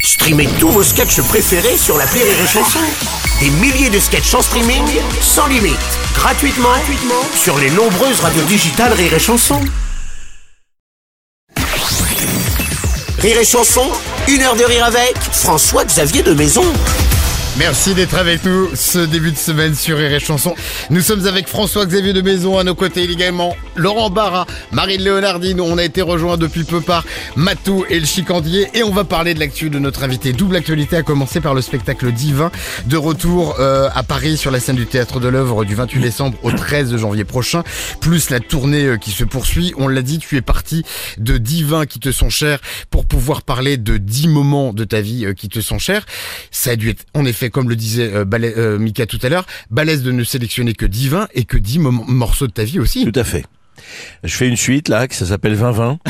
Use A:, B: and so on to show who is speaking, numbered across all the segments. A: Streamez tous vos sketchs préférés sur la Rire et Chanson. Des milliers de sketchs en streaming, sans limite, gratuitement, gratuitement sur les nombreuses radios digitales Rire et Chanson. Rire et Chanson, une heure de rire avec François Xavier de Maison.
B: Merci d'être avec nous ce début de semaine sur Rire et Chanson. Nous sommes avec François-Xavier de Maison à nos côtés également Laurent Barra, Marine Léonardine. On a été rejoint depuis peu par Matou et le Chicandier et on va parler de l'actu de notre invité. Double actualité à commencer par le spectacle divin de retour euh, à Paris sur la scène du théâtre de l'œuvre du 28 décembre au 13 janvier prochain, plus la tournée euh, qui se poursuit. On l'a dit, tu es parti de divins qui te sont chers pour pouvoir parler de 10 moments de ta vie euh, qui te sont chers. Ça a dû être en effet, comme le disait euh, Bala- euh, Mika tout à l'heure, balèze de ne sélectionner que 10 vins et que 10 mom- morceaux de ta vie aussi.
C: Tout à fait. Je fais une suite là, que ça s'appelle 2020.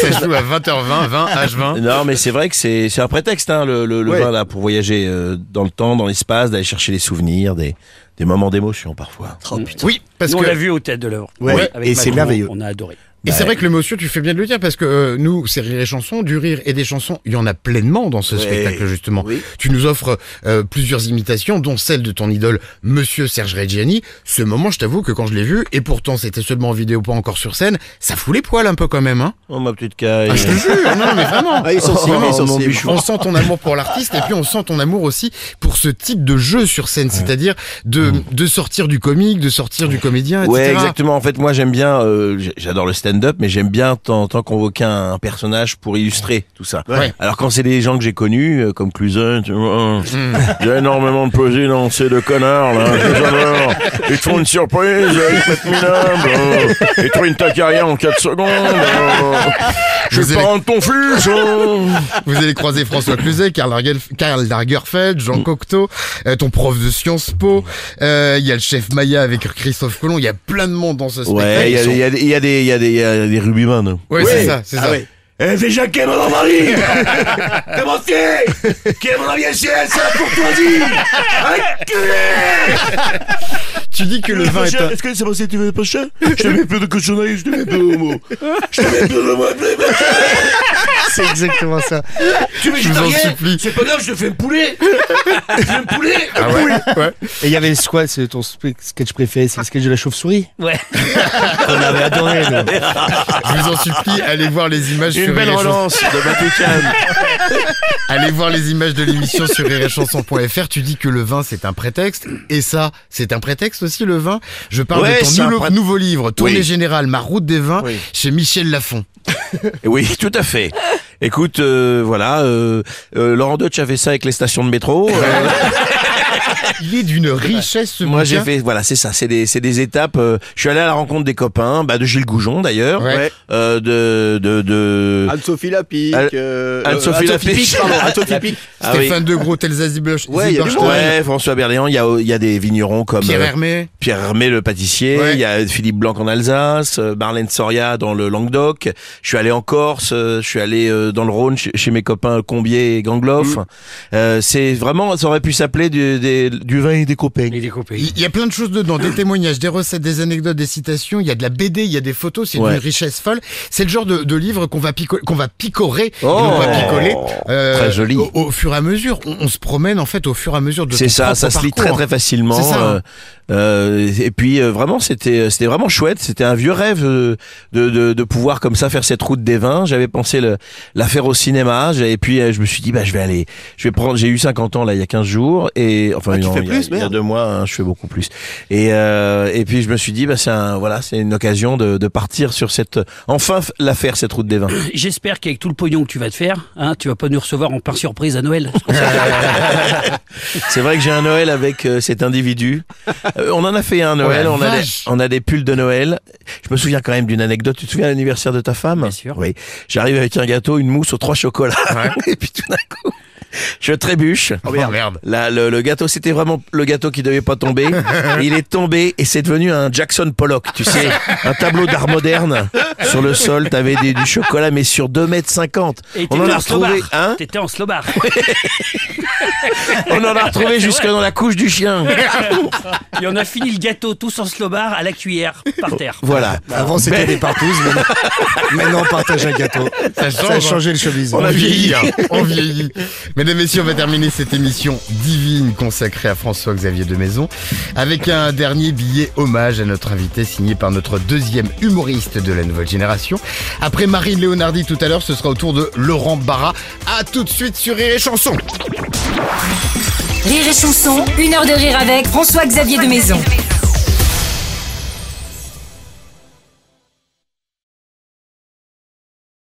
B: Ça se joue à 20h20, 20 H20.
C: Non, mais c'est vrai que c'est c'est un prétexte hein, le, le, le
B: Ouais.
C: vin là pour voyager euh, dans le temps, dans l'espace, d'aller chercher les souvenirs, des des moments d'émotion parfois.
D: Mm.
B: Oui, parce
D: Nous,
B: que
D: on l'a vu au Tête de l'œuvre.
E: Ouais,
D: Oui, avec
E: et c'est
D: Macron,
E: merveilleux.
D: On a adoré.
B: et
E: Bah,
B: c'est vrai que le monsieur, tu fais bien de le dire parce que euh, nous, c'est rire et chansons, du rire et des chansons, il y en a pleinement dans ce
C: Ouais.
B: spectacle justement.
C: Oui.
B: Tu nous offres euh, plusieurs imitations, dont celle de ton idole Monsieur Serge Reggiani. Ce moment, je t'avoue que quand je l'ai vu, et pourtant c'était seulement en vidéo, pas encore sur scène, ça fout les poils un peu quand même. Hein
C: Oh ma petite caille.
B: Ah, je te jure, non mais vraiment.
E: Ah, ils sont sensibles,
C: Oh,
E: ils sont
C: mon
E: sensibles.
C: bichou.
B: On sent ton amour pour l'artiste et puis on sent ton amour aussi pour ce type de jeu sur scène, c'est-à-dire de, de sortir du comique, de sortir du comédien, Ah, etc.
C: Ouais, exactement. En fait, moi, j'aime bien, euh, j- j'adore le stand-up, mais j'aime bien tant, tant convoquer un personnage pour illustrer tout ça.
B: Ouais.
C: Alors quand c'est des gens que j'ai connus, euh, comme Cluzet, tu vois, euh,
B: Hmm.
C: il y a énormément de pesée dans ces deux connards, là. je les adore. Ils te font une surprise, euh, ils te mettent minable, euh, ils te ruinent ta carrière en 4 secondes. euh, je suis
B: Vous
C: le
B: avez-
C: parent de ton fils. euh.
B: Vous allez croiser François Cluzet, Karl, Lagerf- Karl Lagerfeld, Jean
C: Mm.
B: Cocteau, euh, ton prof de Sciences Po, euh, il y a le chef Maya avec Christophe Colomb, il y a plein de monde dans ce spectacle.
C: Ouais, il y a- il y a des, il y a des, il y a des, il y a des rubimans. hein.
B: Ouais, c'est ça, c'est ça.
C: Eh, fais Jacquet, mon mari Comment c'est Qui est mon ami ciel, c'est la courtoisie Enculé
B: Tu dis que le vin est un...
C: Est-ce que c'est possible que tu veux des pochets Je te mets plus de cochonnerie, je te mets plus de homo. Je te mets plus de homo.
B: C'est exactement ça.
C: Tu veux
B: Je vous en supplie.
C: C'est pas grave, je te fais un poulet Je fais un poulet
B: Ah ouais, ouais.
E: Et il y avait le squat, c'est ton spe- sketch préféré, c'est le sketch de la chauve-souris.
D: Ouais.
E: On avait adoré. nous.
B: Je vous en supplie, allez voir les images sur
C: Une belle
B: Rire et Chanson.
C: relance de Matoukan.
B: Allez voir les images de l'émission sur rireetchanson.fr. Tu dis que le vin, c'est un prétexte. Et ça, c'est un prétexte aussi, le vin. Je parle
C: Ouais,
B: de ton
C: c'est un
B: nouveau,
C: prét-
B: nouveau livre, Tournée
C: Oui.
B: Générale, Ma route des vins,
C: Oui.
B: chez Michel Lafon.
C: Et Oui, tout à fait. Écoute, euh, voilà, euh, euh, Laurent Deutsch avait ça avec les stations de métro. euh,
B: Il est d'une richesse, ce
C: Moi j'ai
B: bouquin.
C: fait, voilà, c'est ça, c'est des, c'est des étapes. euh, je suis allé à la rencontre des copains, bah de Gilles Goujon d'ailleurs,
B: Ouais.
C: euh, de de de.
E: Anne-Sophie Lapic.
C: Al-
E: euh,
C: Anne-Sophie
E: euh,
C: Lapic.
E: Pic, pardon, Anne-Sophie Pic.
C: Ah oui.
B: Stéphane de Gros, Elsa Zibloch,
C: Ouais, il y a du monde. Ouais, François Berléand, il y a il y a des vignerons comme
B: Pierre
C: euh,
B: Hermé.
C: Pierre Hermé le pâtissier, il
B: Ouais.
C: y a Philippe Blanc en Alsace, euh, Marlène Soria dans le Languedoc. Je suis allé en Corse, euh, je suis allé euh, dans le Rhône chez, chez mes copains Combier et Gangloff. Euh, c'est vraiment, ça aurait pu s'appeler du, des- du vin et des copains.
D: Il est découpé.
B: Il y a plein de choses dedans, des témoignages, des recettes, des anecdotes, des citations. Il y a de la BD, il y a des photos. C'est
C: Ouais.
B: d'une richesse folle. C'est le genre de, de livre qu'on va picoler, qu'on va picorer, et
C: Oh.
B: qu'on va picoler euh,
C: Très joli.
B: Au, au fur et à mesure. On, on se promène en fait au fur et à mesure de.
C: C'est
B: ton
C: ça,
B: propre
C: ça se lit très
B: parcours.
C: très facilement.
B: C'est ça. hein.
C: Euh, euh, et puis euh, vraiment, c'était c'était vraiment chouette. C'était un vieux rêve euh, de, de de pouvoir comme ça faire cette route des vins. J'avais pensé le, la faire au cinéma. j'ai- Et puis euh, je me suis dit bah je vais aller, je vais prendre. J'ai eu 50 ans là il y a 15 jours et enfin
E: Ah, tu
C: non,
E: fais
C: il, y a,
E: plus,
C: il y a
E: merde.
C: deux mois hein, je fais beaucoup plus. Et euh, et puis je me suis dit bah c'est un voilà c'est une occasion de de partir sur cette enfin f- la faire cette route des vins.
D: J'espère qu'avec tout le pognon que tu vas te faire, hein, tu vas pas nous recevoir en pain surprise à Noël.
C: C'est vrai que j'ai un Noël avec euh, cet individu. Euh, on en a fait un Noël,
B: Oh
C: on,
B: la
C: a des,
B: vache.
C: on a des pulls de Noël. Je me souviens quand même d'une anecdote. Tu te souviens de l'anniversaire de ta femme
D: Bien sûr.
C: Oui. J'arrive avec un gâteau, une mousse aux trois chocolats. Et puis tout d'un coup, je trébuche.
B: Oh merde. merde.
C: Là, le, le gâteau, c'était vraiment le gâteau qui devait pas tomber. Il est tombé et c'est devenu un Jackson Pollock, tu sais, un tableau d'art moderne. Sur le sol, t'avais des- du chocolat, mais sur 2 mètres 50.
D: Et
C: On en
D: t'étais
C: a
D: en
C: retrouvé,
D: slobard.
C: hein
D: T'étais en slobard.
C: On en a retrouvé jusque dans la couche du chien.
D: Et on a fini le gâteau tous en slobard à la cuillère, par terre.
C: Voilà.
E: Avant, c'était
C: Mais-
E: des partous. Maintenant, maintenant, on partage un gâteau.
B: Ça change,
E: Ça
B: hein.
E: a changé le showbiz.
B: On vieillit, hein. on vieillit. Mesdames et messieurs, on va terminer cette émission divine consacrée à François-Xavier de Maison avec un dernier billet hommage à notre invité signé par notre deuxième humoriste de la nouvelle génération. Après Marine Léonardi tout à l'heure, ce sera au tour de Laurent Barra. À tout de suite sur Rire et Chanson.
F: Rire et chanson, une heure de rire avec François-Xavier de Maison.